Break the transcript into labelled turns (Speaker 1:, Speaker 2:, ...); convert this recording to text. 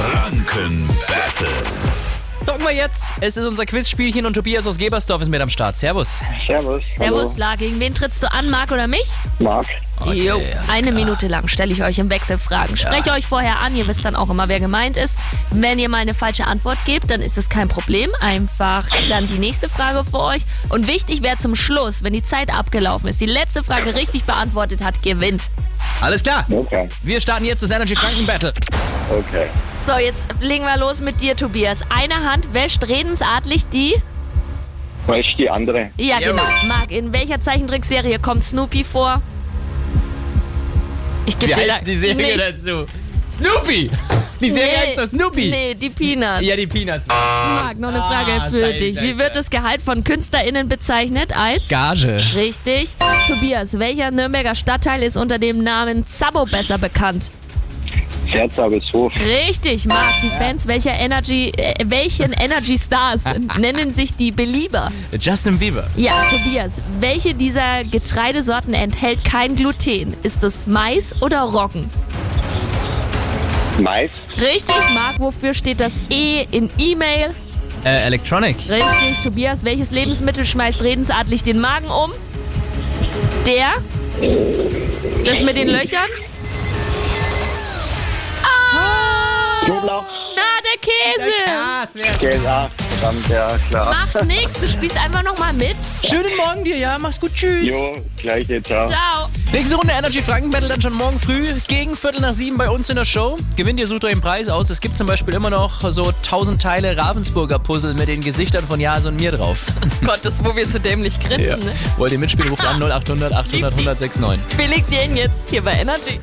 Speaker 1: Franken Battle.
Speaker 2: Zocken wir jetzt. Es ist unser Quizspielchen und Tobias aus Gebersdorf ist mit am Start. Servus.
Speaker 3: Servus.
Speaker 4: Servus, La. Gegen wen trittst du an, Marc oder mich?
Speaker 3: Hallo, Marc.
Speaker 2: Okay,
Speaker 4: Jo.
Speaker 2: alles
Speaker 4: Eine Minute lang stelle ich euch im Wechsel Fragen. Sprecht euch vorher an, ihr wisst dann auch immer, wer gemeint ist. Wenn ihr mal eine falsche Antwort gebt, dann ist das kein Problem. Einfach dann die nächste Frage für euch. Und wichtig wäre zum Schluss, wenn die Zeit abgelaufen ist, die letzte Frage richtig beantwortet hat, gewinnt.
Speaker 2: Alles klar.
Speaker 3: Okay.
Speaker 2: Wir starten jetzt das Energy Franken Battle.
Speaker 3: Okay.
Speaker 4: So, jetzt legen wir los mit dir, Tobias. Eine Hand wäscht redensartlich die...
Speaker 3: Wo ist die andere?
Speaker 4: Ja,
Speaker 2: Jawohl.
Speaker 4: genau. Marc, in welcher Zeichentrickserie kommt Snoopy vor? Ich gebe
Speaker 2: Wie
Speaker 4: dir
Speaker 2: heißt
Speaker 4: da-
Speaker 2: die Serie
Speaker 4: nächste-
Speaker 2: dazu? Snoopy! Die Serie heißt doch Snoopy.
Speaker 4: Nee, die Peanuts.
Speaker 2: Ja, die Peanuts.
Speaker 4: Marc, noch eine Frage
Speaker 2: Ah,
Speaker 4: für
Speaker 2: scheiße,
Speaker 4: dich. Wie wird
Speaker 2: scheiße.
Speaker 4: das Gehalt von KünstlerInnen bezeichnet als?
Speaker 2: Gage.
Speaker 4: Richtig. Tobias, welcher Nürnberger Stadtteil ist unter dem Namen Zabo besser bekannt?
Speaker 3: Herz, aber so.
Speaker 4: Richtig, Marc. Die Fans welcher Energy, äh, welchen Energy Stars nennen sich die Belieber?
Speaker 2: Justin Bieber.
Speaker 4: Ja, Tobias, welche dieser Getreidesorten enthält kein Gluten? Ist es Mais oder Roggen?
Speaker 3: Mais.
Speaker 4: Richtig, Marc. Wofür steht das E in E-Mail?
Speaker 2: Äh, Electronic.
Speaker 4: Richtig, Tobias. Welches Lebensmittel schmeißt redensartlich den Magen um? Der? Das mit den Löchern?
Speaker 3: Knoblauch.
Speaker 4: Oh, Na, der Käse!
Speaker 2: Ah, es wär-
Speaker 3: Geld, ah, verdammt, ja, klar.
Speaker 4: Macht nix, du spielst einfach nochmal mit.
Speaker 2: Schönen Morgen dir, ja. Mach's gut. Tschüss.
Speaker 3: Jo, gleich jetzt, ja.
Speaker 4: Ciao.
Speaker 2: Nächste Runde Energy Franken Battle dann schon morgen früh gegen Viertel nach sieben bei uns in der Show. Gewinnt ihr, sucht euch einen Preis aus. Es gibt zum Beispiel immer noch so 1000 Teile Ravensburger Puzzle mit den Gesichtern von Jase und mir drauf.
Speaker 4: Gott, das, wo wir so dämlich grinsen. ne?
Speaker 2: Wollt ihr mitspielen, ruft an 0800 800 1069.
Speaker 4: Billig den jetzt hier bei Energy.